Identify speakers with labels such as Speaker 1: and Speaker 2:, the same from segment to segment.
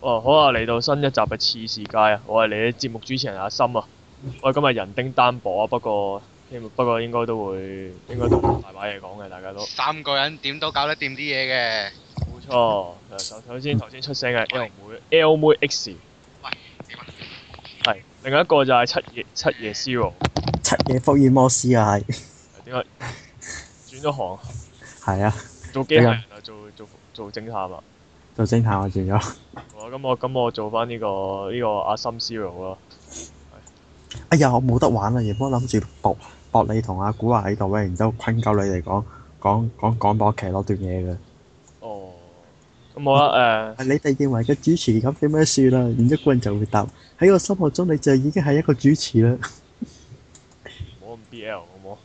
Speaker 1: 哦，好啊！嚟到新一集嘅次世界啊，我係你嘅節目主持人阿森啊。我哋今日人丁單薄啊，不過不過應該都會應該都會大把嘢講嘅，大家都
Speaker 2: 三個人點都搞得掂啲嘢嘅。
Speaker 1: 冇錯。誒首首先頭先出聲嘅 L 妹 L 妹 X 係，另一個就係七夜七夜 Zero，
Speaker 3: 七夜福爾摩斯啊，係
Speaker 1: 點解轉咗行
Speaker 3: 係啊，
Speaker 1: 做機械人啊？做做做偵探啊？
Speaker 3: 做偵探我轉咗。
Speaker 1: 好啊，咁我咁我做翻呢個呢個阿森 Zero 啊啦。
Speaker 3: 哎呀，我冇得玩啦，原本諗住博博你同阿古華喺度嘅，然之後困鳩你哋講講講講博奇嗰段嘢嘅。
Speaker 1: 哦，咁好啦誒。
Speaker 3: 係你哋認為嘅主持咁點樣算啦？然之後古人就會答：喺我心目中你就已經係一個主持啦，
Speaker 1: 唔好咁 BL 好唔好？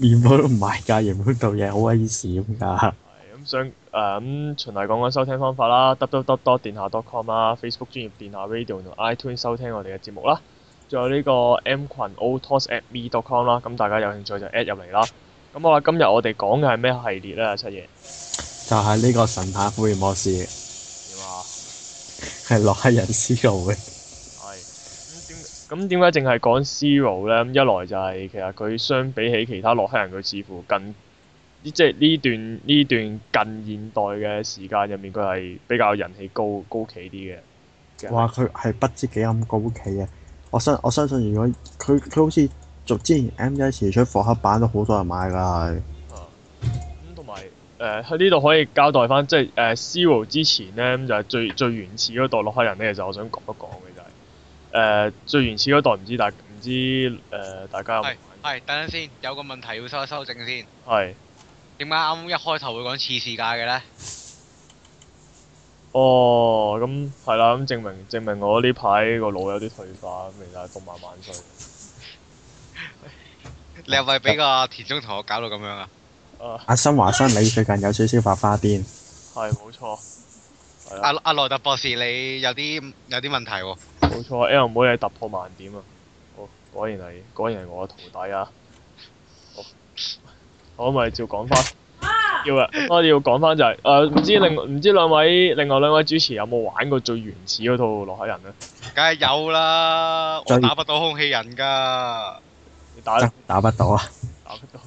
Speaker 3: 原本都唔係㗎，原本度嘢好鬼事咁㗎。
Speaker 1: 係咁想誒啊咁循例講講收聽方法啦，www 電下 .com 啦，Facebook 專業電下 Radio 同 iTunes 收聽我哋嘅節目啦，仲有呢個 M 群 otos at me com 啦，咁大家有興趣就 at 入嚟啦。咁好啦，今日我哋講嘅係咩系列咧？七爺點
Speaker 3: 就係呢個神探福爾摩斯
Speaker 1: 啊？
Speaker 3: 係洛克人思路嘅。
Speaker 1: 係咁點咁點解淨係講 Zero 咧？咁一來就係其實佢相比起其他洛克人，佢似乎近即係呢段呢段近現代嘅時間入面，佢係比較人氣高高企啲嘅。嘅
Speaker 3: 哇！佢係不知幾咁高企啊！我相我相信，如果佢佢好似做之前 M 一時出復刻版都好多人買㗎，係
Speaker 1: 啊咁同埋誒呃喺呢度可以交代翻，即係誒 Zero 之前咧，咁就係最最原始嗰代洛克人咧，其實我想講一講嘅就係、誒、最原始嗰代，唔知大唔知誒、大家有冇玩過？
Speaker 2: 係，等陣先，有個問題要修一修正先。
Speaker 1: 係
Speaker 2: 點解啱啱一開頭會講次世界嘅咧？
Speaker 1: 哦，咁係啦，咁證明證明我呢排個腦有啲退化，咁其實係動漫萬歲。
Speaker 2: 你係咪俾個田中同學搞到咁樣啊？
Speaker 1: 啊，
Speaker 3: 阿新華新你最近有少少發花癲，
Speaker 1: 係冇錯，係啦，
Speaker 2: 阿阿羅特博士，你有啲有啲問題喎。
Speaker 1: 冇錯，L 妹係突破盲點啊！好，果然係果然係我嘅徒弟啊！好，好咪照講翻。要啊！我哋要講翻就係、誒，唔、知另唔知兩位另外兩位主持有冇玩過最原始嗰套《洛克人》啊咧？
Speaker 2: 梗係有啦，我
Speaker 3: 最
Speaker 2: 打不到空氣人㗎。
Speaker 1: 你打
Speaker 3: 真打不到啊！
Speaker 1: 打不到，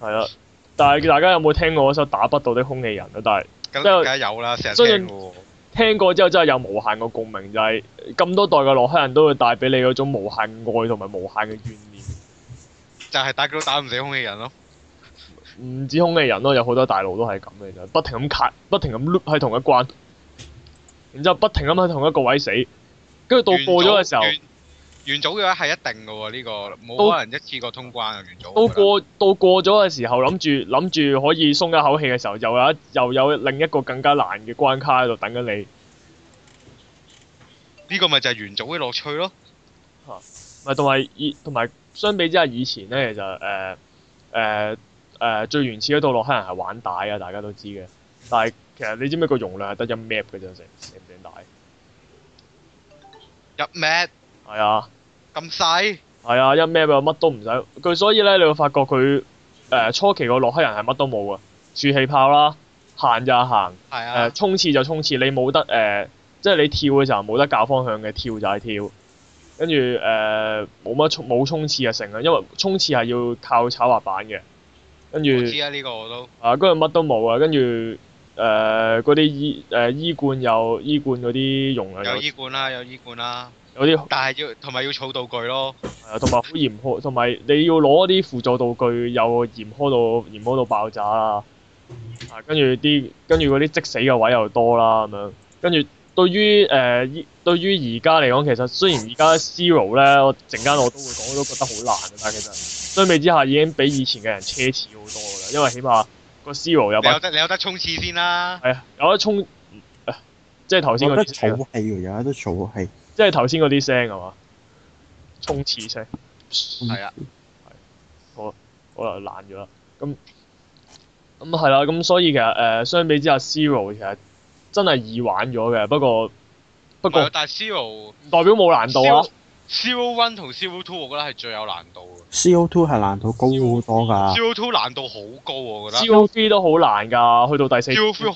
Speaker 1: 係啦。但係大家有冇聽過嗰首《打不到的空氣人》啊？但係
Speaker 2: 咁
Speaker 1: 即係
Speaker 2: 梗係有啦，成日
Speaker 1: 雖然
Speaker 2: 聽喎。
Speaker 1: 聽過之後真係有無限個共鳴，就係、咁多代嘅洛克人都會帶俾你嗰種無限愛同埋無限嘅怨念。
Speaker 2: 就係打都打唔死空氣人咯。
Speaker 1: 唔止空氣人咯，有好多大陸都係咁嘅就不停咁卡，不停咁 loop 喺同一關，然之後不停咁喺同一個位死，跟住到過咗嘅時候。
Speaker 2: 元元祖嘅話係一定嘅喎，呢個
Speaker 1: 都
Speaker 2: 冇可能一次過通關啊！元祖
Speaker 1: 到過到過咗嘅時候，諗住諗住可以鬆一口氣嘅時候，又有一又有另一個更加難嘅關卡喺度等緊你。
Speaker 2: 呢個咪就係元祖嘅樂趣咯。
Speaker 1: 咪同埋以同埋相比之下，以前咧其實誒誒誒最原始嗰套洛克人係玩帶啊，大家都知嘅。但係其實你知唔知個容量係得一 map 嘅啫，成成餅帶。
Speaker 2: 入 mat
Speaker 1: 係啊，
Speaker 2: 咁細，
Speaker 1: 係啊，一 map 啊，乜都唔使。佢所以咧，你會發覺佢誒、呃初期個洛克人係乜都冇啊，儲氣炮啦，行就係行。
Speaker 2: 係
Speaker 1: 誒、
Speaker 2: 啊，
Speaker 1: 衝刺就衝刺，你冇得誒、呃即係你跳嘅時候冇得教方向嘅，跳就係跳。跟住誒冇乜衝冇衝刺啊成啊，因為衝刺係要靠炒滑板嘅。跟住
Speaker 2: 我知啊，呢個我都
Speaker 1: 啊，跟住乜都冇啊，跟住誒嗰啲醫誒、醫罐又醫罐嗰啲容量
Speaker 2: 有
Speaker 1: 又
Speaker 2: 醫罐啦，有醫罐啦，
Speaker 1: 有啲
Speaker 2: 但係要同埋要儲道具咯。
Speaker 1: 係啊同埋好嚴苛，同埋你要攞啲輔助道具又嚴苛到嚴苛到爆炸啦。啊，跟住啲跟住嗰啲即死嘅位又多啦，咁樣。跟住對於誒、呃、依對於而家嚟講，其實雖然而家 Zero 咧，我陣間我都會講，我都覺得好難嘅，但係其實相比之下已經比以前嘅人奢侈好多㗎啦，因為起碼個 Zero 有
Speaker 2: 你有
Speaker 1: 把
Speaker 2: 得你有得衝刺先啦，
Speaker 1: 係啊有得衝，呃即係頭
Speaker 3: 我
Speaker 1: 先
Speaker 3: 覺
Speaker 1: 嗰
Speaker 3: 得
Speaker 1: 啲聲
Speaker 3: 儲氣喎，有得儲氣。
Speaker 1: 即係頭先嗰啲聲係嘛？衝刺聲。嗯
Speaker 2: 係啊，
Speaker 1: 好啦，爛咗啦。咁咁係啦，咁所以其實誒、呃相比之下，Zero 其實真係易玩咗嘅。不過不
Speaker 2: 唔
Speaker 1: 過
Speaker 2: 係但係 zero
Speaker 1: 唔代表冇難度啊。
Speaker 2: zero one 同 zero two 我覺得係最有難度嘅。
Speaker 3: CO2 係難度高好多㗎，
Speaker 2: zero two 難度好高啊我覺得
Speaker 1: Zero Three 都好難㗎，去到第四
Speaker 2: Zero Three-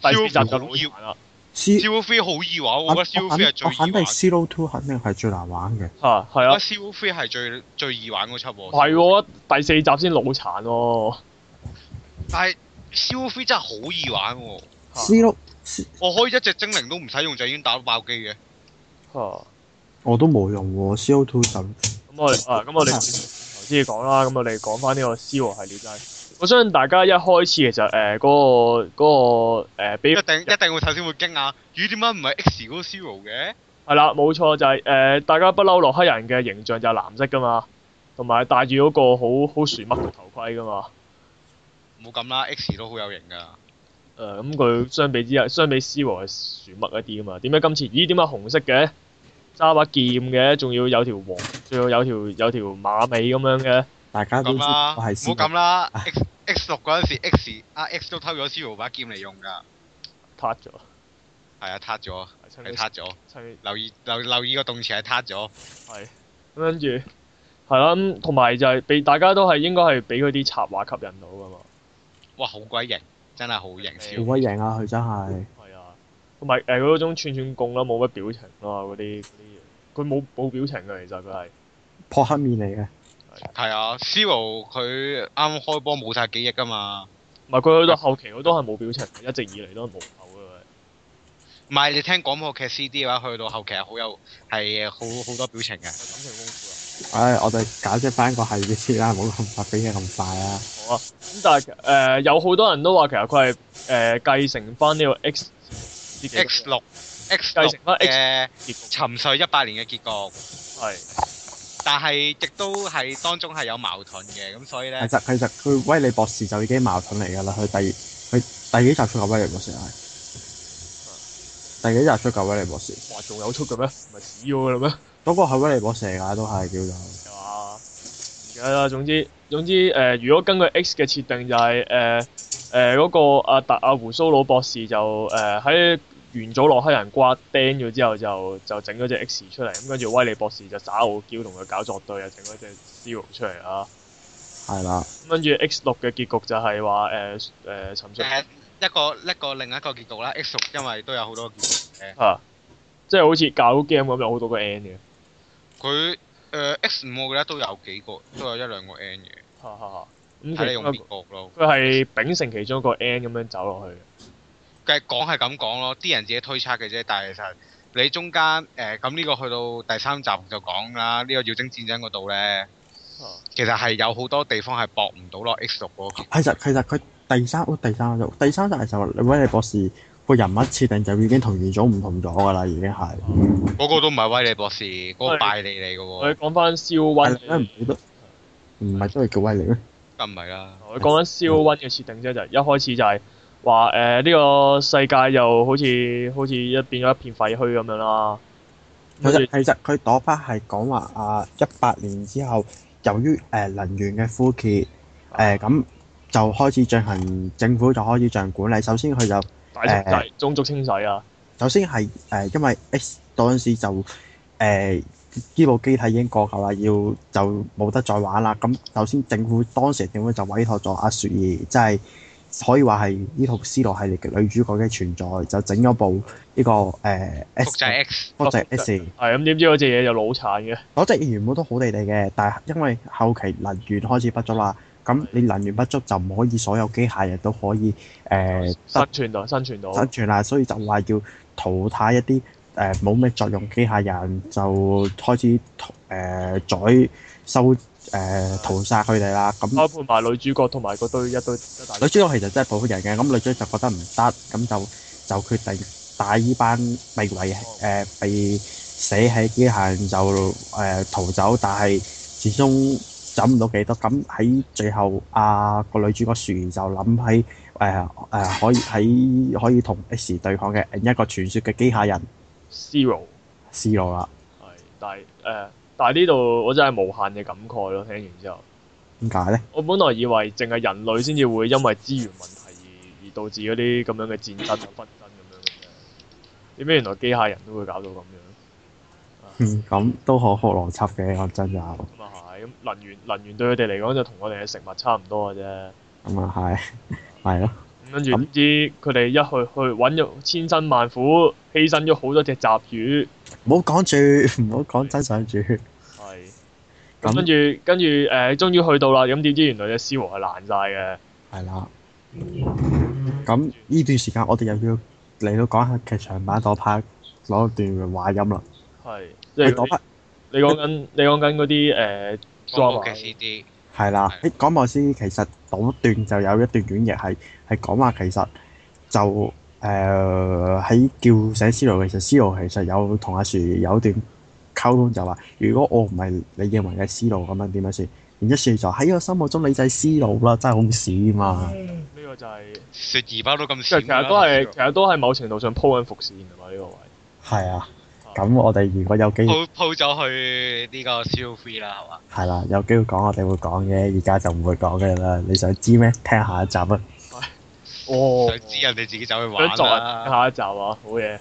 Speaker 1: 第四集
Speaker 2: Zero
Speaker 1: 就
Speaker 2: Three 好啊
Speaker 1: 好難啦。
Speaker 3: C
Speaker 2: CO three 好易玩，
Speaker 3: 我
Speaker 1: 啊
Speaker 2: 我覺
Speaker 3: 我
Speaker 2: 得 CO three 啊係
Speaker 3: 肯
Speaker 2: 最
Speaker 3: 我肯
Speaker 2: 易玩
Speaker 3: 定。Zero Two 肯定係最難玩嘅。
Speaker 1: 嚇係
Speaker 2: 我
Speaker 1: 啊
Speaker 2: 覺得，CO three 係最最易玩嗰輯喎。
Speaker 1: 係喎，第四集先腦殘喎，
Speaker 2: 但係 CO three 真係好易玩喎，
Speaker 1: 嚇
Speaker 3: Zero C-
Speaker 2: 我可以一隻精靈都唔使用就已經打到爆機嘅。
Speaker 1: 嚇。
Speaker 3: 我都冇用喎，Zero Two 就
Speaker 1: 咁我哋啊，咁我哋頭先講啦，咁我哋講翻呢個 C 羅系列真係，我相信大家一開始其實誒嗰、個嗰、個呃誒俾
Speaker 2: 一定一定會首先會驚訝，咦點解唔係 X 嗰個 zero 嘅？
Speaker 1: 係啦，冇錯就係、誒、大家不嬲洛克人嘅形象就係藍色噶嘛，同埋戴住嗰個好好船乜嘅頭盔噶嘛。
Speaker 2: 冇咁啦，X 都好有型噶。
Speaker 1: 誒呃咁佢相比之下，相比 C 羅係船乜一啲噶嘛？點解今次咦點解紅色嘅揸把劍嘅，仲要有條黃，仲要有條有條馬尾咁樣嘅？
Speaker 3: 大家都
Speaker 2: 咁
Speaker 3: 知
Speaker 2: 啦，
Speaker 3: 我
Speaker 2: 唔好
Speaker 3: 係 Zero
Speaker 2: 咁啦
Speaker 3: 唉
Speaker 2: ，X X 六嗰陣時，X 啊 X 都偷咗 zero 把劍嚟用㗎，
Speaker 1: 塌咗，
Speaker 2: 係啊，撻咗，
Speaker 1: 趁
Speaker 2: 係
Speaker 1: 佢
Speaker 2: 撻咗，
Speaker 1: 趁佢
Speaker 2: 留意留留意個動詞係撻咗，
Speaker 1: 係，咁跟住係啦，咁同埋就係俾大家都係應該係俾佢啲插畫吸引到噶嘛，
Speaker 2: 哇，好鬼型，真係好型
Speaker 3: 好
Speaker 2: 超。
Speaker 3: 鬼型啊！佢真係
Speaker 1: 係啊，同埋誒嗰種串串貢啦，冇乜表情啦，嗰啲嗰啲嘢，佢冇冇表情嘅，其實佢係
Speaker 3: 撲克面嚟嘅，
Speaker 2: 係啊，zero 佢啱開波冇晒記憶㗎嘛，
Speaker 1: 唔係佢去到後期佢都係冇表情嘅，一直以嚟都係冇口嘅。
Speaker 2: 唔係你聽廣播劇 CD 嘅話，去到後期係好有係好好多表情嘅。
Speaker 1: 感情豐富啊！
Speaker 3: 唉，我哋解釋翻個系列先啦，唔好咁快俾嘢咁快啦。
Speaker 1: 好啊，咁但係誒、有好多人都話其實佢係誒繼承翻呢個 X 自己
Speaker 2: X 六 X
Speaker 1: 繼
Speaker 2: 六
Speaker 1: 承翻 X
Speaker 2: 嘅
Speaker 1: 結局
Speaker 2: 沉睡一百年嘅結局。
Speaker 1: 係
Speaker 2: 但係亦都係當中係有矛盾嘅，咁所以
Speaker 3: 其
Speaker 2: 咧，
Speaker 3: 實其實佢威利博士就已經矛盾嚟㗎啦。佢第佢第幾集出嘅威利博士係？第幾集出嘅威利博士？
Speaker 1: 哇仲有出嘅咩？唔係屎咗嘅啦咩？
Speaker 3: 嗰個係威利博士嚟㗎，都係叫做。
Speaker 1: 係嘛？唔記得啦，總之總之誒、呃如果根據 X 嘅設定就係誒誒嗰個阿特阿胡鬚佬博士就誒喺、元祖洛克人瓜釘咗之後就就整咗隻 X 出嚟，咁跟住威利博士就耍傲嬌同佢搞作對啊，整咗隻 Zero 出嚟啊，
Speaker 3: 係啦，
Speaker 1: 咁跟住 X 六嘅結局就係話誒誒沉睡
Speaker 2: 誒、一個一個另一個結局啦，X 六因為都有好多結局嘅，
Speaker 1: 啊，即係好似搞 game 咁有好多個 end 嘅，
Speaker 2: 佢誒、呃 X 五我記得都有幾個，都有一兩個 N 嘅，
Speaker 1: 哈哈哈。咁
Speaker 2: 睇你用邊
Speaker 1: 佢
Speaker 2: 個咯。
Speaker 1: 佢係秉承其中一個 end 咁樣走落去嘅。
Speaker 2: 梗係講係咁講咯，啲人自己推測嘅啫，但係其實你中間誒咁呢個去到第三集就講啦，呢、個妖精戰爭嗰度咧，
Speaker 1: 啊
Speaker 2: 其實係有好多地方係駁唔到落 X 六嗰個結
Speaker 3: 其實其實佢第三哦第三集第三集其實威利博士個人物設定就已經同元祖唔同咗㗎啦，已經係。
Speaker 2: 局，嗰、個都唔係威利博士，嗰、個
Speaker 1: 係
Speaker 2: 拜利嚟嘅
Speaker 1: 我哋
Speaker 2: 喎，
Speaker 1: 講翻燒
Speaker 3: 係
Speaker 1: 溫
Speaker 3: 啦，唔記得，唔係都係叫威利咩？
Speaker 2: 梗唔係啦。
Speaker 1: 我講緊燒温嘅設定啫，就係一開始就係話誒呢個世界又好似好似一變咗一片廢墟咁樣啦。
Speaker 3: 其
Speaker 1: 跟
Speaker 3: 實
Speaker 1: 住
Speaker 3: 其實佢嗰 part 係講話啊，一八年之後，由於誒、呃能源嘅枯竭，誒、咁就開始進行政府就開始進行管理。首先佢就
Speaker 1: 大清洗、種族清洗啊，
Speaker 3: 首先係誒、呃因為 X 嗰陣時就誒呢、部機體已經過舊啦，要就冇得再玩啦。咁首先政府當時政府就委託咗阿雪兒，即係可以話係呢套《思路》系列嘅女主角嘅存在，就整咗部呢、個誒、呃
Speaker 2: 複製 X
Speaker 3: 複製 S。
Speaker 1: 係咁點知嗰隻嘢就腦殘嘅，
Speaker 3: 嗰隻哦原本都好地地嘅，但係因為後期能源開始不足啦，咁你能源不足就唔可以所有機械人都可以誒、呃
Speaker 1: 生存到生存到，
Speaker 3: 生存啦，所以就話要淘汰一啲誒冇咩作用機械人，就開始誒、呃、宰收誒、呃屠殺佢哋啦。咁
Speaker 1: 包括埋女主角同埋嗰堆一堆一大
Speaker 3: 女主角其實真係普通人嘅，咁女主角就覺得唔得，咁就就決定帶呢班被遺誒、呃被死喺機械人就誒、呃逃走，但係始終走唔到幾多。咁喺最後，啊、個女主角樹兒就諗喺誒誒可以喺可以同 X 對抗嘅另一個傳說嘅機械人
Speaker 1: zero
Speaker 3: 思路啦。
Speaker 1: 係，但係誒，但係呢度我真係無限嘅感慨咯，聽完之後。
Speaker 3: 點解咧？
Speaker 1: 我本來以為淨係人類先至會因為資源問題而而導致嗰啲咁樣嘅戰爭啊、紛爭咁樣嘅啫。點解原來機械人都會搞到咁樣？
Speaker 3: 嗯咁都可學邏輯嘅，講真就
Speaker 1: 咁啊係，咁能源能源對佢哋嚟講就同我哋嘅食物差唔多嘅啫。
Speaker 3: 咁啊係係咯。
Speaker 1: 咁跟住點知佢哋一去去揾咗千辛萬苦，犧牲咗好多隻雜魚，
Speaker 3: 唔好講住，唔好講真相住。
Speaker 1: 係咁跟
Speaker 3: 咁
Speaker 1: 住跟住誒，終於去到啦，咁點知原來隻絲禾係爛晒嘅，
Speaker 3: 係啦。咁呢段時間我哋又要嚟到講下劇場版嗰 part 攞段話音啦。
Speaker 1: 係即
Speaker 3: 你
Speaker 1: 係嗰
Speaker 3: 講
Speaker 1: 啲
Speaker 3: 乜？
Speaker 1: 你講緊你講緊嗰啲誒
Speaker 2: 嗰
Speaker 1: drama
Speaker 2: 嘅 CD
Speaker 3: 係啦。
Speaker 2: 係
Speaker 3: 你講埋先，其實嗰段就有一段演繹係係講話其實就誒喺、叫醒思路，其實思路其實有同阿樹有一段溝通就話，如果我唔係你認為嘅思路咁樣點樣算？然之後樹就喺我心目中你就係思路啦，真係好屎嘛！
Speaker 1: 呢個就係
Speaker 2: 雪兒包都咁
Speaker 1: 其實
Speaker 2: 閃
Speaker 1: 其
Speaker 2: 㗎啦
Speaker 1: 實都係
Speaker 2: 呢
Speaker 1: 其實都係某程度上鋪緊伏線㗎嘛呢個位。
Speaker 3: 係啊，咁我哋如果有機
Speaker 2: 個
Speaker 3: 會。
Speaker 2: 鋪鋪咗去呢個 Seal Free 啦，係嘛？
Speaker 3: 係啦，有機會講我哋會講嘅，而家就唔會講嘅啦。你想知咩？聽下一集啊！
Speaker 1: 哦，
Speaker 2: 想知人哋自己走去玩
Speaker 1: 想作人
Speaker 2: 啦。
Speaker 1: 下一集啊，好嘢。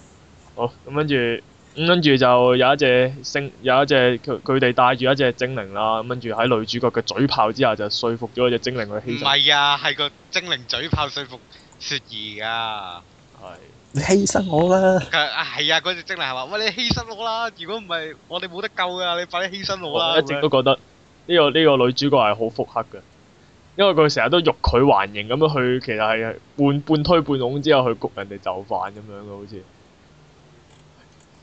Speaker 1: 好咁跟住，咁跟住就有一隻星，有一隻佢佢哋帶住一隻精靈啦，咁跟住喺女主角嘅嘴炮之下就說服咗嗰隻精靈去
Speaker 2: 唔
Speaker 1: 犧牲。
Speaker 2: 係啊，係個精靈嘴炮說服雪兒㗎。
Speaker 1: 係
Speaker 3: 你犧牲我啦！
Speaker 2: 佢啊係啊，嗰只精靈係話：喂，你犧牲我啦！如果唔係，我哋冇得救㗎，你快啲犧牲我啦！
Speaker 1: 哦我一直都覺得呢、個呢、個女主角係好腹黑嘅，因為佢成日都欲拒還迎咁樣去，其實係半半推半擁之後去焗人哋就範咁樣嘅，好似。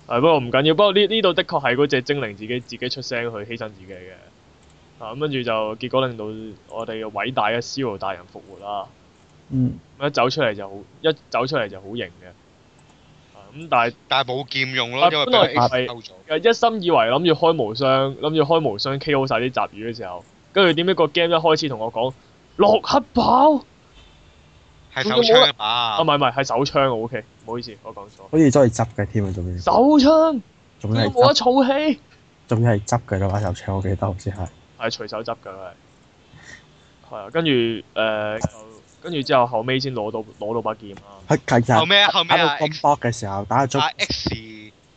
Speaker 1: 係不過唔緊要，不過呢呢度的確係嗰只精靈自己自己出聲去犧牲自己嘅。啊咁跟住就結果令到我哋嘅偉大嘅思豪大人復活啦。
Speaker 3: 嗯，
Speaker 1: 咁一走出嚟就好，一走出嚟就好型嘅。啊咁但係
Speaker 2: 但係冇劍用
Speaker 1: 啊
Speaker 2: 咯，因為俾
Speaker 1: 本來
Speaker 2: 佢
Speaker 1: 係啊
Speaker 2: X 咗。
Speaker 1: 一心以為諗住開無雙，諗住開無雙 K.O. 晒啲雜魚嘅時候，跟住點解個 game 一開始同我講落黑炮
Speaker 2: 係手槍一把
Speaker 1: 啊？唔。係唔係，係手槍喎 O.K. 唔好意思，我講錯。
Speaker 3: 好似都係執嘅添啊，仲要
Speaker 1: 手槍
Speaker 3: 仲要
Speaker 1: 都
Speaker 3: 係
Speaker 1: 冇得
Speaker 3: 執，
Speaker 1: 儲氣，
Speaker 3: 仲要係執嘅啦把手槍，我記得好似係。
Speaker 1: 係隨手執㗎係。係啊，跟住誒，就跟住之後後尾先攞到攞到把劍啦。
Speaker 3: 係其實
Speaker 2: 後尾啊後尾啊啊
Speaker 3: 打到金波嘅時候，打到足
Speaker 2: 阿 X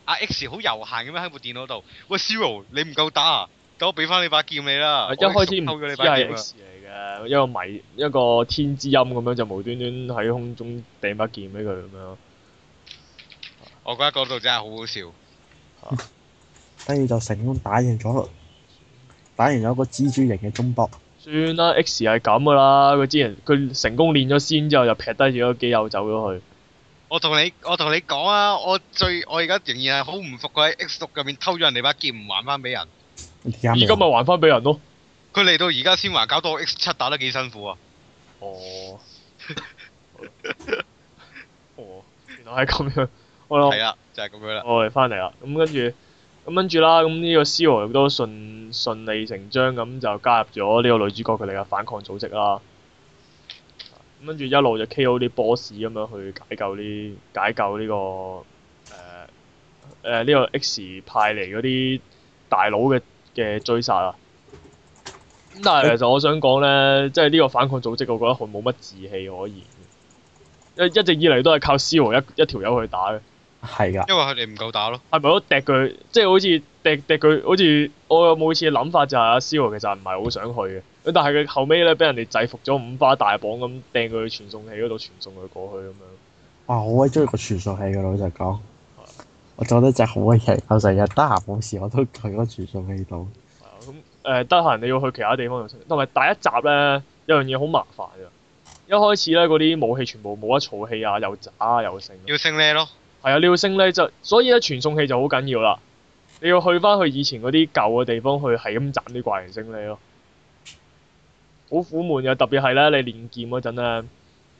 Speaker 2: 阿 X 好悠閒咁樣喺部電腦度，喂 Zero 你唔夠打啊，咁我俾翻你把劍你啦。
Speaker 1: 啊一開始唔
Speaker 2: 我 X 哦偷咗你
Speaker 1: 知
Speaker 2: 把
Speaker 1: 係
Speaker 2: 劍啊
Speaker 1: X 嚟嘅，一個迷一個天之音咁樣就無端端喺空中掟把劍俾佢咁樣。
Speaker 2: 我覺得嗰度真係好好笑。
Speaker 3: 跟住就成功打贏咗，打贏咗個蜘蛛型嘅中波。
Speaker 1: 算啦，X 係咁噶啦，佢之前佢成功練咗先之後，就劈低咗個機友走咗去。
Speaker 2: 我同你我同你講啊，我最我而家仍然係好唔服佢喺 X 六入面偷咗人哋把劍唔還翻俾人，
Speaker 3: 而家
Speaker 1: 而
Speaker 3: 未
Speaker 1: 家咪還翻俾人咯。
Speaker 2: 佢嚟到而家先還，搞到我 X 七打得幾辛苦啊！
Speaker 1: 哦，哦，原來係咁樣。好啦，
Speaker 2: 係啊，就係咁樣啦。
Speaker 1: 我哋翻哦嚟啦。咁跟住，咁跟住啦，咁呢個 C 羅亦都順順理成章咁就加入咗呢個女主角佢哋嘅反抗組織啦。咁跟住一路就 K.O. 啲 boss 咁樣去解救呢解救呢、個誒誒呢個 X 派嚟嗰啲大佬嘅嘅追殺啊！咁但係其實我想講咧，即係呢個反抗組織，我覺得佢冇乜志氣可言。一一直以嚟都係靠 C 羅一一條友去打嘅。
Speaker 3: 係㗎，
Speaker 2: 因為佢哋唔夠打咯，
Speaker 1: 係咪都掟佢？即係好似掟掟佢，好似我有冇次諗法就係阿 C 羅其實唔係好想去嘅，咁但係佢後尾咧俾人哋制服咗五花大綁咁掟佢去傳送器嗰度傳送佢過去咁樣。
Speaker 3: 哇！好鬼中意個傳送器嘅，老實講。我覺得真係好鬼型，我成日得閒冇事我都去嗰個傳送器度。
Speaker 1: 係啊咁誒得閒你要去其他地方就同埋第一集咧有樣嘢好麻煩嘅，一開始咧嗰啲武器全部冇得儲氣啊，又渣啊又剩。
Speaker 2: 要升呢咯。
Speaker 1: 係啊，你要升咧就，所以咧傳送器就好緊要啦。你要去翻去以前嗰啲舊嘅地方去，係咁斬啲怪人升呢咯。好苦悶嘅，特別係咧你練劍嗰陣咧，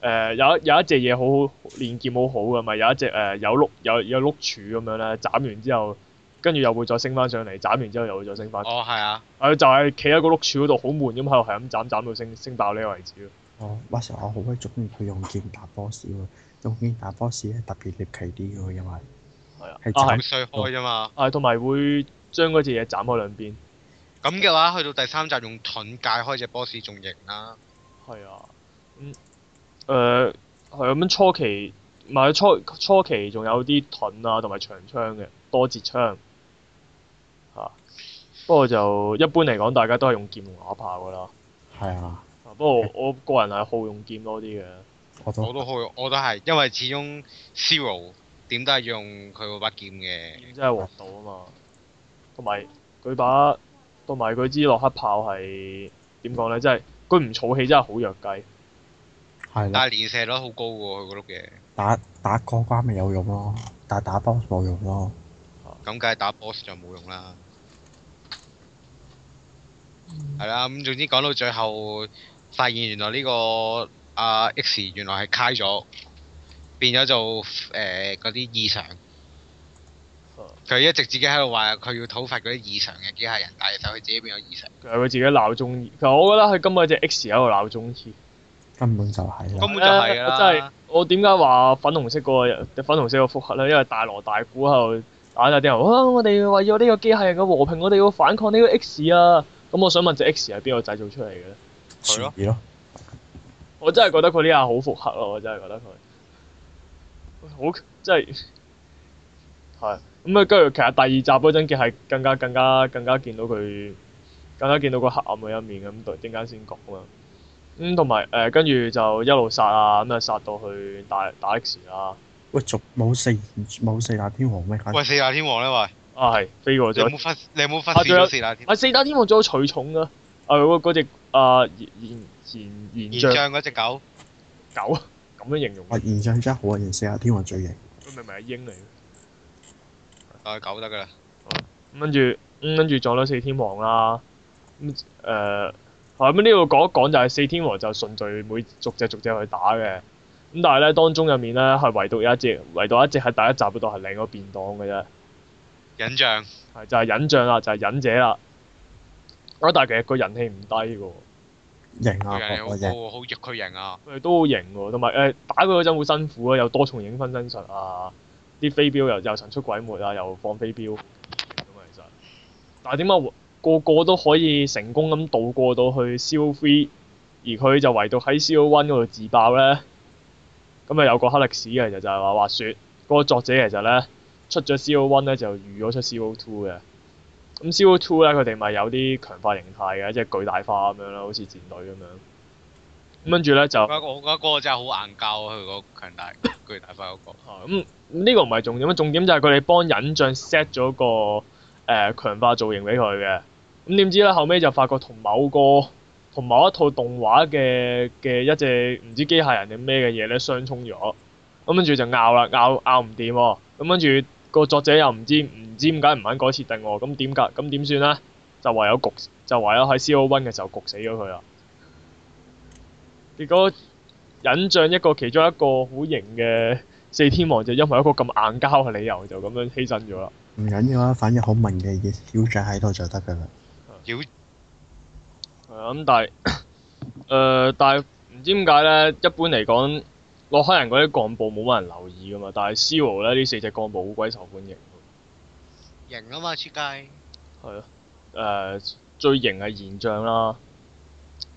Speaker 1: 誒、有一有一隻嘢好好練劍好好嘅，咪有一隻誒、有碌有有碌柱咁樣咧，斬完之後，跟住又會再升翻上嚟，斬完之後又會再升翻。係、
Speaker 2: 哦，係啊，
Speaker 1: 就係企喺個碌柱嗰度好悶咁喺度係咁斬斬到升升爆呢個位置咯。
Speaker 3: 哦，哇！成日我好鬼中意佢用劍打 boss 喎，用劍打 boss 咧特別獵奇啲嘅喎，因為
Speaker 1: 係啊，
Speaker 3: 係
Speaker 1: 啊係
Speaker 2: 咁
Speaker 3: 斬
Speaker 2: 衰開啫嘛。
Speaker 1: 啊，同埋會將嗰隻嘢斬開兩邊。
Speaker 2: 咁嘅話，去到第三集用盾界開只 boss 仲型啦。
Speaker 1: 係啊，咁誒呃係啊咁初期，唔係初初期仲有啲盾啊，同埋長槍嘅多節槍嚇、啊不過就一般嚟講，大家都係用劍同啞炮噶啦。
Speaker 3: 係啊，
Speaker 1: 啊不過我我個人係好用劍多啲嘅，
Speaker 3: 我
Speaker 2: 我
Speaker 3: 都
Speaker 2: 都好，我都係，因為始終 Zero 點都係用佢嗰把劍嘅，
Speaker 1: 劍真係黃道啊嘛，同埋佢把同埋佢支洛克炮係點講咧？真係佢唔儲氣真係好弱雞。
Speaker 3: 係啦，
Speaker 2: 但係連射率好高喎，佢嗰碌嘢，
Speaker 3: 打打過關咪有用咯，但係打 boss 冇用咯。
Speaker 2: 咁梗係打 boss 就冇用啦。
Speaker 1: 嗯
Speaker 2: 係啦，咁總之講到最後，發現原來呢、個阿、X 原來係開咗，變咗做誒嗰啲異常。佢一直自己喺度話佢要討伐嗰啲異常嘅機械人，但係其實佢自己變咗異常。
Speaker 1: 其實佢自己鬧中意，其實我覺得佢根本只 X 喺度鬧中意。
Speaker 3: 根本就係啦
Speaker 2: 根，本就係
Speaker 1: 啊
Speaker 2: 啊㗎
Speaker 1: 我真係
Speaker 2: 啦。
Speaker 1: 我點解話粉紅色嗰、個粉紅色個複合咧？因為大羅大鼓喺度打曬啲人，啊！我哋為咗呢個機械人嘅和平，我哋要反抗呢個 X 啊！咁我想問只 X 係邊個製造出嚟嘅咧？
Speaker 2: 係咯
Speaker 3: 咯。
Speaker 1: 我真係覺得佢呢下好複刻咯，我真係覺得佢好真係係咁啊！跟住其實第二集嗰陣嘅係更加更加更加見到佢更加見到個黑暗嘅一面咁，對陣間先講啊。咁同埋誒，跟住就一路殺啊，咁啊殺到去打打 X 啊啦。
Speaker 3: 喂，仲冇四冇四大天王咩？
Speaker 2: 喂，四大天王咧，喂，
Speaker 1: 啊係飛過
Speaker 2: 你
Speaker 1: 咗。
Speaker 2: 有冇忽你有冇
Speaker 1: 啊
Speaker 2: 忽視
Speaker 1: 仲有
Speaker 2: 咗四大天
Speaker 1: 啊四大天王仲有取重噶，啊嗰嗰隻啊延延延延
Speaker 2: 王？
Speaker 1: 象
Speaker 2: 現象嗰只狗，
Speaker 1: 狗啊咁樣形容
Speaker 3: 喂，
Speaker 1: 佢，
Speaker 3: 現象真係好啊！現四大天王最型，
Speaker 1: 佢明明係鷹嚟嘅。
Speaker 2: 啊狗得㗎啦。
Speaker 1: 咁跟住，咁跟住撞到四天王啦。咁誒，係咁呢度講一講就係四天王就順序每逐隻逐隻去打嘅。咁但係咧，當中入面咧係唯獨有一隻，唯獨一隻喺第一集嗰度係領咗便當嘅啫，
Speaker 2: 印象
Speaker 1: 係就係、忍將啦，就係、忍者啦。啊！但係其實個人氣唔低嘅喎，
Speaker 3: 型
Speaker 2: 佢
Speaker 3: 啊
Speaker 2: 人！
Speaker 3: 我
Speaker 2: 好
Speaker 3: 我型，
Speaker 2: 高，好弱佢型啊！
Speaker 1: 佢哋都好型喎，同埋誒打佢嗰陣好辛苦啊，有多重影分身術啊，啲飛鏢又又神出鬼沒啊，又放飛鏢咁啊，其實。但係點解個個都可以成功咁渡過到去 CO three，而佢就唯獨喺 CO one 嗰度自爆咧？咁啊有個黑歷史嘅，其實就係話話説嗰個作者其實咧出咗 CO one 咧就預咗出 CO two 嘅。咁 CO two 咧佢哋咪有啲強化形態嘅，即係巨大化咁樣啦，好似戰隊咁樣。咁跟住咧就。
Speaker 2: 我我覺得嗰個真係好硬膠啊！佢嗰個強大巨大化嗰個，
Speaker 1: 啊咁呢個唔係重點，啊重點就係佢哋幫忍將 set 咗個誒、呃、強化造型俾佢嘅。咁點知咧後尾就發覺同某個同某一套動畫嘅嘅一隻唔知機械人定咩嘅嘢咧相衝咗，咁跟住就拗啦，拗拗唔掂喎。咁跟住個作者又唔知唔知點解唔肯改設定喎，咁點解咁點算咧？就唯有焗，就唯有喺 C.O. One 嘅時候焗死咗佢啦。結果引像一個其中一個好型嘅四天王就因為一個咁硬膠嘅理由就咁樣犧牲咗啦。
Speaker 3: 唔緊要啊，反正好文嘅嘢，小仔喺度就得㗎啦。
Speaker 2: 妖
Speaker 1: 係啊咁但係 誒、但係唔知點解咧，一般嚟講，洛克人嗰啲幹部冇乜人留意噶嘛，但係 C.O. 咧呢四隻幹部好鬼受歡迎。
Speaker 2: 型啊嘛，出街
Speaker 1: 係咯，誒、最型係現象啦，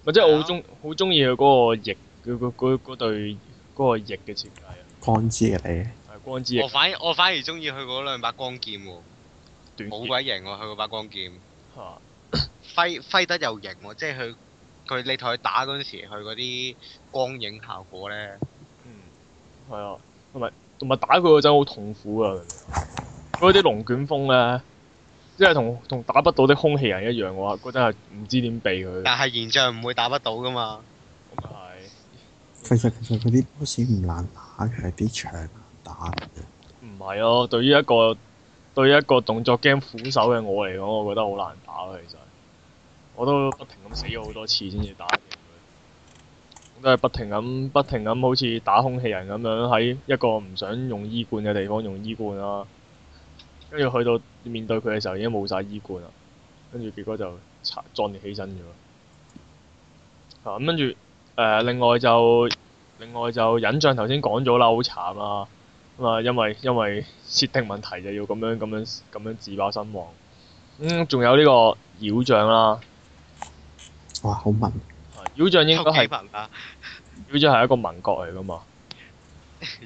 Speaker 1: 或者我好中好中意佢嗰個翼嗰嗰嗰嗰對嗰個翼嘅設計啊，
Speaker 3: 光之嘅
Speaker 1: 係光之翼
Speaker 2: 我反而我反而中意佢嗰兩把光劍喎，
Speaker 1: 短
Speaker 2: 好
Speaker 1: 翼
Speaker 2: 鬼型喎！佢嗰把光劍
Speaker 1: 嚇
Speaker 2: 揮揮得又型喎，即係佢佢你同佢打嗰陣時，佢嗰啲光影效果咧，
Speaker 1: 嗯，係啊，同埋同埋打佢嗰陣好痛苦啊！嗰啲龍捲風咧，即係同同打不到的空氣人一樣嘅話，嗰陣係唔知點避佢。
Speaker 2: 但係現象唔會打不到㗎嘛。
Speaker 1: 咁啊係
Speaker 3: 你，其實其實嗰啲 boss 唔難打嘅，係啲長難打嘅。
Speaker 1: 唔係咯？對於一個對於一個動作 game 苦手嘅我嚟講，我覺得好難打啊！其實我都不停咁死咗好多次先至打得贏佢，都係不停咁不停咁好似打空氣人咁樣喺一個唔想用醫罐嘅地方用醫罐啦，跟住去到面對佢嘅時候已經冇晒醫罐啦，跟住結果就擦撞跌起身咗。啊咁跟住誒，另外就另外就忍像頭先講咗啦，好慘啊！咁啊，因為因為設定問題就要咁樣咁樣咁樣自爆身亡。嗯，仲有呢個妖像啦，啊
Speaker 3: 哇，好文，
Speaker 1: 妖像應該
Speaker 2: 有幾
Speaker 1: 係
Speaker 2: 文啊？
Speaker 1: 妖像係一個民國嚟噶嘛。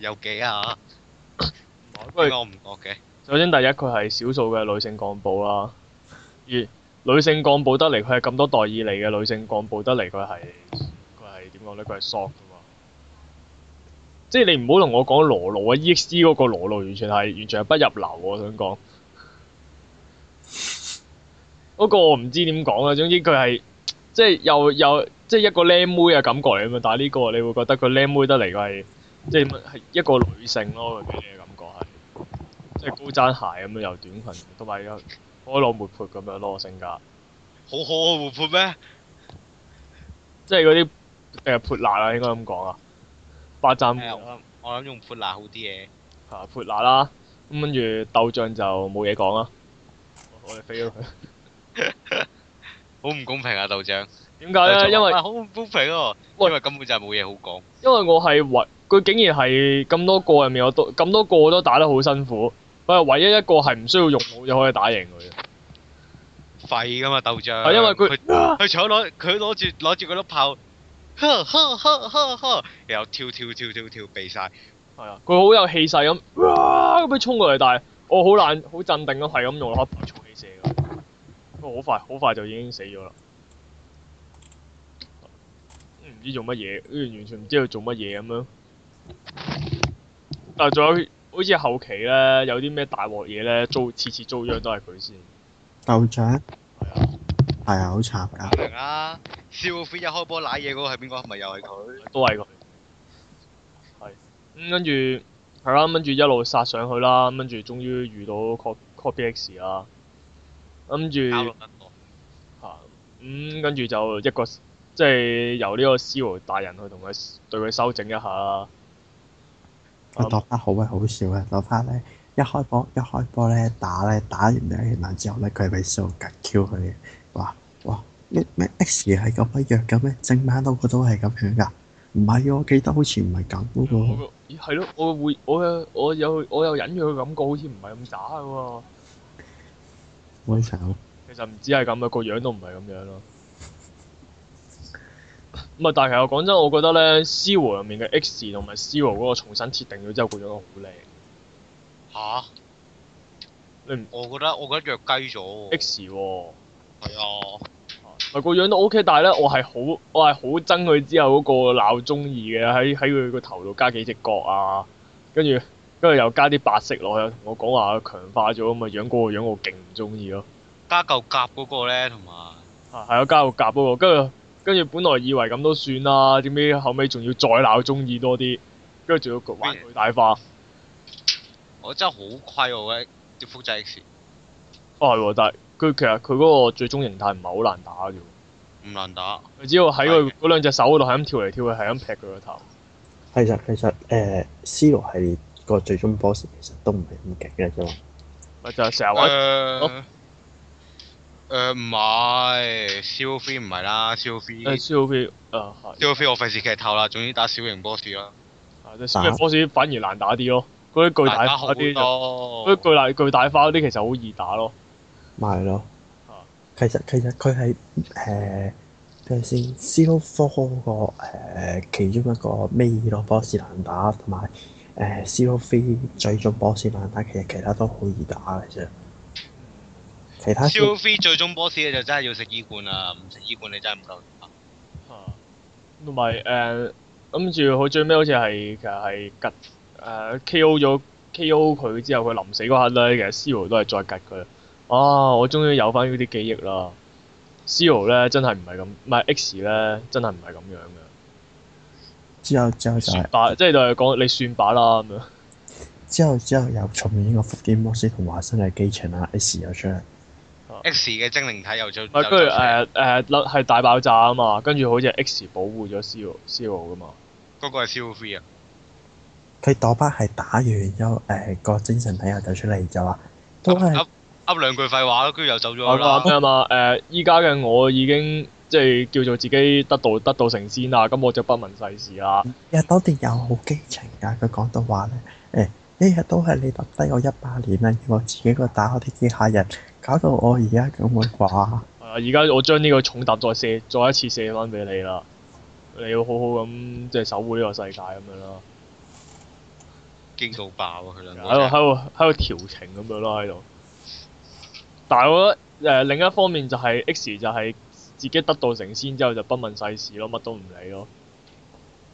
Speaker 2: 有幾啊？
Speaker 1: 不過
Speaker 2: 我唔覺嘅。
Speaker 1: 首先第一，佢係少數嘅女性幹部啦，而女性幹部得嚟，佢係咁多代以嚟嘅女性幹部得嚟，佢係佢係點講咧？佢係 soft 噶嘛。即係你唔好同我講羅路啊，EXE 嗰個羅路完全係完全係不入流，我想講。嗰個我唔知點講啊，總之佢係即係又又即係一個靚妹嘅感覺嚟啊嘛，但係呢個你會覺得佢靚妹得嚟，佢係即係乜係一個女性咯，佢俾你嘅感覺係即係高踭鞋咁樣又短裙，同埋有開朗活潑咁樣咯性格，
Speaker 2: 好好活潑咩？
Speaker 1: 即係嗰啲誒潑辣啊，應該咁講啊，八
Speaker 2: 誒
Speaker 1: 站
Speaker 2: 我諗我諗用潑辣好啲嘅。
Speaker 1: 啊潑辣啦，咁跟住豆醬就冇嘢講啦，我我哋 飛咗佢。
Speaker 2: 好唔公平啊，道長！
Speaker 1: 點解咧？因為
Speaker 2: 啊好唔公平喎，
Speaker 1: 喂
Speaker 2: 因為根本就係冇嘢好講。
Speaker 1: 因為我係唯佢竟然係咁多個入面有多咁多個都打得好辛苦，佢係唯一一個係唔需要用武就可以打贏佢嘅。
Speaker 2: 廢噶嘛，鬥將。
Speaker 1: 係因為 佢
Speaker 2: 佢搶攞佢攞住攞住嗰粒炮，呵呵呵呵呵，然後跳跳跳跳跳避晒。
Speaker 1: 係啊，佢好有氣勢咁，哇咁樣衝過嚟，但係我好懶好鎮定咁係咁用攞一炮氣射佢，不過好快好快就已經死咗啦。唔知做乜嘢，跟住完全唔知佢做乜嘢咁樣。但係仲有好似後期咧，有啲咩大鑊嘢咧，遭次次遭殃都係佢先。
Speaker 3: 鬥長
Speaker 1: 係啊。
Speaker 3: 係啊，好慘㗎。
Speaker 2: 明啦，笑飛一開波賴嘢嗰個係邊個？係咪又係佢？
Speaker 1: 都係佢。係。咁跟住係啦，跟住一路殺上去啦，跟住終於遇到 Co- Copy X 啦。跟住
Speaker 2: 搞到得我
Speaker 1: 嚇，咁跟住就一個即係由呢個 C 羅大人去同佢對佢修整一下啦。
Speaker 3: 我度翻好鬼好笑啊！度翻咧一開波一開波咧打咧打完兩拳之後咧，佢係俾蘇格 Q 佢嘅，話哇咩咩 X 係咁鬼弱嘅咩？正版嗰個都係咁樣噶？唔係啊我記得好似唔係咁嗰
Speaker 1: 我
Speaker 3: 個。
Speaker 1: 個咦係咯，我會我有我有我有隱約嘅感覺，好似唔係咁渣嘅喎。
Speaker 3: 我想
Speaker 1: 其實唔止係咁啊，個樣都唔係咁樣咯。唔係，但係其實講真，我覺得咧，Zero 入面嘅 X 同埋 Zero 嗰個重新設定咗之後，個樣好靚。你
Speaker 2: 嚇！
Speaker 1: 唔
Speaker 2: 我覺得我覺得弱雞咗喎。
Speaker 1: X 喎，
Speaker 2: 係啊，
Speaker 1: 咪個樣都 OK，但係咧，我係好我係好憎佢之後嗰個鬧中意嘅，喺喺佢個頭度加幾隻角啊，跟住跟住又加啲白色落去，同我講話佢強化咗咁嘅啊樣，嗰、個樣我勁唔中意咯。
Speaker 2: 加嚿甲嗰個咧，同埋
Speaker 1: 啊，係啊，加個夾嗰個，跟住跟住本來以為咁都算啦，點知後尾仲要再鬧中意多啲，跟住仲要玩佢大啊化。
Speaker 2: 我真係好虧我咧，要複製 X
Speaker 1: 哦，係喎，但係佢其實佢嗰個最終形態唔係好難打嘅啫喎，
Speaker 2: 唔難打。
Speaker 1: 佢只要喺
Speaker 2: 係
Speaker 1: 佢嗰兩隻手嗰度係咁跳嚟跳去，係咁劈佢個頭。
Speaker 3: 其實其實誒 C 羅係個最終 boss 其實都唔係咁勁嘅啫嘛。
Speaker 1: 咪就係成日玩
Speaker 2: 誒誒唔係，C.O. Three 唔係啦，C.O.
Speaker 1: 誒
Speaker 2: Three
Speaker 1: 超 P 誒係
Speaker 2: C.O. Three 我費事劇透啦，總之打小型 boss 啦，
Speaker 1: 啊，即係小嘅 boss 反而難打啲咯，嗰啲巨
Speaker 2: 大
Speaker 1: 大
Speaker 2: 家好
Speaker 1: 化啲就，
Speaker 2: 多
Speaker 1: 嗰。啲巨大巨大化嗰啲其實好易打咯。
Speaker 3: 咪係咯
Speaker 1: 啊。
Speaker 3: 其實其實佢係誒睇下先 Zero Four 嗰個誒其中一個尾咯 boss 難打，同埋誒 Zero Three 最終 boss 難打，其實其他都好易打嘅啫。其他
Speaker 2: C.O. Three 最終 boss 你就真係要食醫罐啦，唔食醫罐你真係唔夠打。
Speaker 1: 啊同埋誒，跟住佢最尾好似係其實係吉誒 K.O. 咗 K.O. 佢之後，佢臨死嗰刻咧，其實 Zero 都係再吉佢。啊！我終於有翻呢啲記憶啦。Zero 咧真係唔係咁，唔係 X 咧真係唔係咁樣嘅。
Speaker 3: 之後之後就係、
Speaker 1: 算把即係就係講你算把啦咁樣。
Speaker 3: 之後之後又重現呢個福建 boss 同華生嘅機場啦，S 又出嚟。
Speaker 2: X 嘅精靈體又再
Speaker 1: 唔係呃跟住誒誒甩係大爆炸啊嘛，跟住好似係 X 保護咗 Zero Zero 噶嘛。
Speaker 2: 嗰個係 C.O. Three 啊，
Speaker 3: 佢朵巴係打完之後，誒、個精神體又走出嚟就話，都係
Speaker 2: 噏噏兩句廢話咯，跟住又走咗
Speaker 1: 我
Speaker 2: 啦
Speaker 1: 講。咩啊嘛？誒，依家嘅我已經即係叫做自己得道得道成仙啦，咁我就不問世事啦。
Speaker 3: 日當年有好基情㗎，佢講到話咧，誒呢日都係你揼低我一百年啦，要我自己個打我啲機械人，搞到我而家咁嘅話，
Speaker 1: 係啊，而家我將呢個重擔再卸，再一次卸翻俾你啦。你要好好咁即係守護呢個世界咁樣啦，
Speaker 2: 驚到爆啊！佢兩個
Speaker 1: 喺度喺度喺度調情咁樣咯喺度。但係我覺得誒、另一方面就係 X 就係自己得道成仙之後就不問世事咯，乜都唔理咯。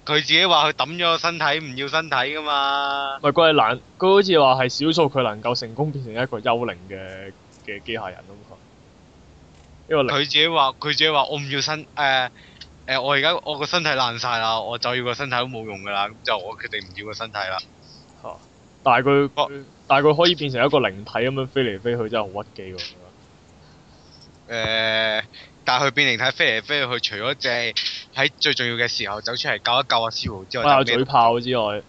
Speaker 2: 佢自己話佢抌咗個身體，唔要身體噶嘛。
Speaker 1: 唔係佢係難，佢好似話係少數佢能夠成功變成一個幽靈嘅嘅機械人咁嘛。因為
Speaker 2: 佢自己話佢自己話我唔要身誒誒、呃我而家我個身體爛晒啦，我就要個身體都冇用噶啦，咁就我決定唔要個身體啦。
Speaker 1: 但係佢、
Speaker 2: 哦
Speaker 1: 但係佢可以變成一個靈體咁樣飛嚟飛去，真係好屈機喎。
Speaker 2: 誒、但呃係佢變靈體飛嚟飛去，除咗只喺最重要嘅時候走出嚟救一救阿思豪之
Speaker 1: 拉下
Speaker 2: 外，就
Speaker 1: 嘴
Speaker 2: 咩
Speaker 1: 炮之外，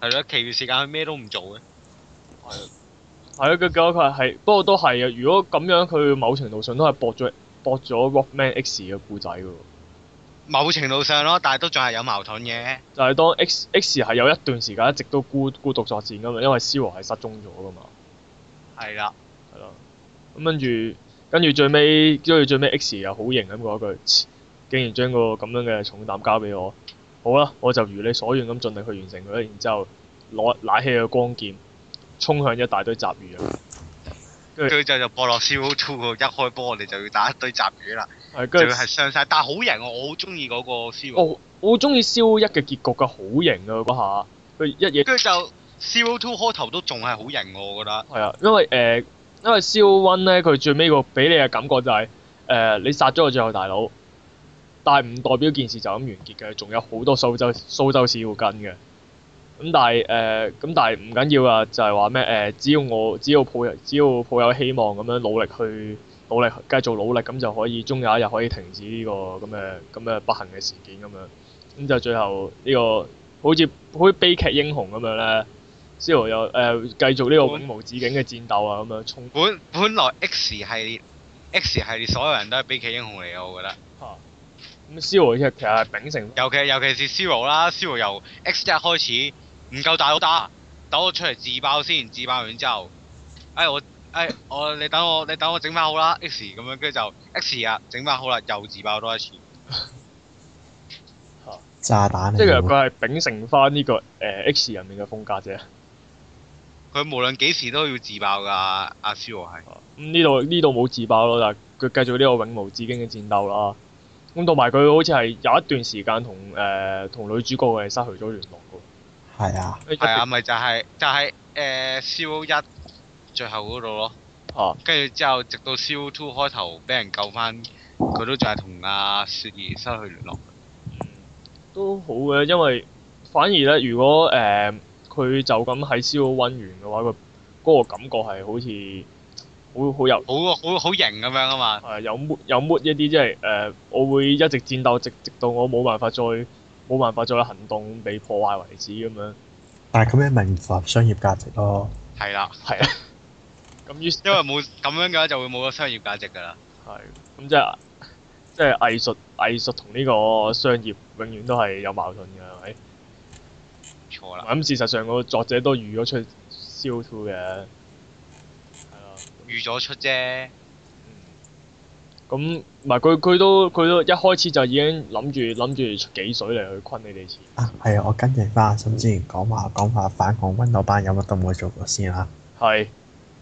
Speaker 2: 係咯，其餘時間佢咩都唔做嘅。
Speaker 1: 係啊咯，佢佢佢係不過都係啊。如果咁樣，佢某程度上都係駁咗駁咗 Rockman X 嘅故仔㗎喎。
Speaker 2: 某程度上咯，但係都仲係有矛盾嘅。
Speaker 1: 就係當 X X 係有一段時間一直都孤孤獨作戰㗎嘛，因為 Zero 係失蹤咗㗎嘛。
Speaker 2: 係啦，
Speaker 1: 係咯。咁跟住，跟住最尾，跟住最尾 X 又好型咁講一句，切竟然將個咁樣嘅重擔交俾我，好啦，我就如你所願咁盡力去完成佢，然之後攞攋起個光劍，衝向一大堆雜魚啊！
Speaker 2: 佢就就播落 c o 嗰度一開波，我哋就要打一堆雜魚啦，
Speaker 1: 係
Speaker 2: 就
Speaker 1: 跟
Speaker 2: 要
Speaker 1: 住，哦
Speaker 2: 係傷晒。但係好型喎，我好中意嗰個啊 c o
Speaker 1: 我我好中意燒一嘅結局㗎，好型啊嗰下，佢一嘢
Speaker 2: 跟住就 c o Two 開頭都仲係好型喎，我覺得。
Speaker 1: 係啊，因為誒、呃因為 c o One 咧，佢最尾個俾你嘅感覺就係、呃你殺咗個最後大佬，但係唔代表件事就咁完結嘅，仲有好多蘇州蘇州市要跟嘅。咁但係誒，呃咁、但係唔緊要啊，就係話咩誒？只要我只要抱有只要抱有希望咁樣努力去努力繼續努力，咁就可以終有一日可以停止呢、個咁嘅咁嘅不幸嘅事件咁樣。咁就最後呢、個好似好似悲劇英雄咁樣咧 s i l 又誒、呃繼續呢個永無止境嘅戰鬥啊，咁樣衝
Speaker 2: 本本來 X 系列 X 系列所有人都係悲劇英雄嚟嘅，我覺得。
Speaker 1: 啊咁 s i l 其實其實係秉承
Speaker 2: 尤其尤其是 Zero 啦，Zero 由 X 一開始唔夠大佬打，等我出嚟自爆先，自爆完之後，哎我哎我你等我你等我整翻好啦，X 咁樣跟住就 X 啊整翻好啦，又自爆多一次，
Speaker 3: 炸彈嚟
Speaker 1: 即係其實
Speaker 3: 嘅喎。
Speaker 1: 佢係秉承翻呢、個誒、X 人面嘅風格啫。
Speaker 2: 佢無論幾時都要自爆㗎，阿 Zero 係。
Speaker 1: 咁呢度呢度冇自爆咯，但係佢繼續呢個永無止境嘅戰鬥啦。咁同埋佢好似係有一段時間同誒同女主角係失去咗聯絡
Speaker 3: 係啊，
Speaker 1: 嘅。
Speaker 2: 係啊，咪就係、就係、誒 C.O. 一最後嗰度咯，
Speaker 1: 啊
Speaker 2: 跟住之後直到 C.O. two 開頭俾人救翻，佢都仲係同阿雪兒失去聯絡。
Speaker 1: 嗯都好嘅，因為反而咧，如果誒佢、就咁喺 C.O. 溫完嘅話，佢嗰個感覺係好似好好有
Speaker 2: 好好好型咁樣啊嘛，
Speaker 1: 係呃有 mood 有 mood 一啲，即係誒，我會一直戰鬥，直直到我冇辦法再冇辦法再行動被破壞為止咁樣。
Speaker 3: 但係咁樣咪唔符合商業價值咯。
Speaker 2: 係啦，
Speaker 1: 係啊，咁於是
Speaker 2: 因為冇咁樣嘅話就會冇咗商業價值㗎啦。
Speaker 1: 係，咁即係即係藝術藝術同呢個商業永遠都係有矛盾嘅，係咪？
Speaker 2: 錯啦，
Speaker 1: 咁事實上個作者都預咗出 CO2 嘅，係啦。
Speaker 2: 預咗出啫，
Speaker 1: 嗯咁唔係佢佢都佢都一開始就已經諗住諗住出幾水嚟去坤你哋錢。
Speaker 3: 啊，係啊，我跟住翻阿森之前講話講話反抗温度班有乜都冇做過先啊啦。
Speaker 1: 係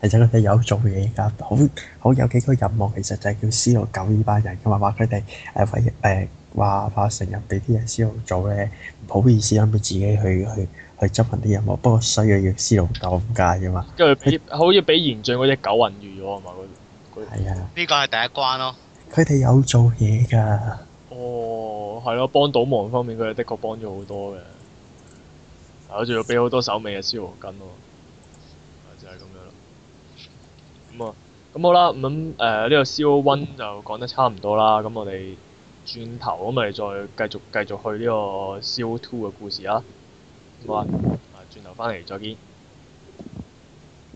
Speaker 3: 其實佢哋有做嘢㗎，好好有幾個任務，其實就係叫 C.O. 救呢班人㗎嘛，話佢哋誒呃為誒話話成日俾啲嘢 C.O. 做咧，唔好意思諗住自己去去去執行啲任務，不過需要要 C.O. 救咁解啫嘛。
Speaker 1: 跟住俾好似俾賢俊嗰只狗混住咗啊嘛！嗰嗰
Speaker 3: 係啊，
Speaker 2: 呢個係第一關咯。
Speaker 3: 佢哋有做嘢㗎，
Speaker 1: 哦，係咯，幫倒忙方面佢哋的確幫咗好多嘅，係咯，仲要俾好多手尾嘅啊消耗巾咯，係啊就係、咁樣啦。咁啊，咁好啦，咁誒呃呢個 CO One 就講得差唔多啦，咁我哋轉頭咁咪再繼續繼續去呢個 CO Two 啊嘅故事啦。好啊，啊轉頭翻嚟再見。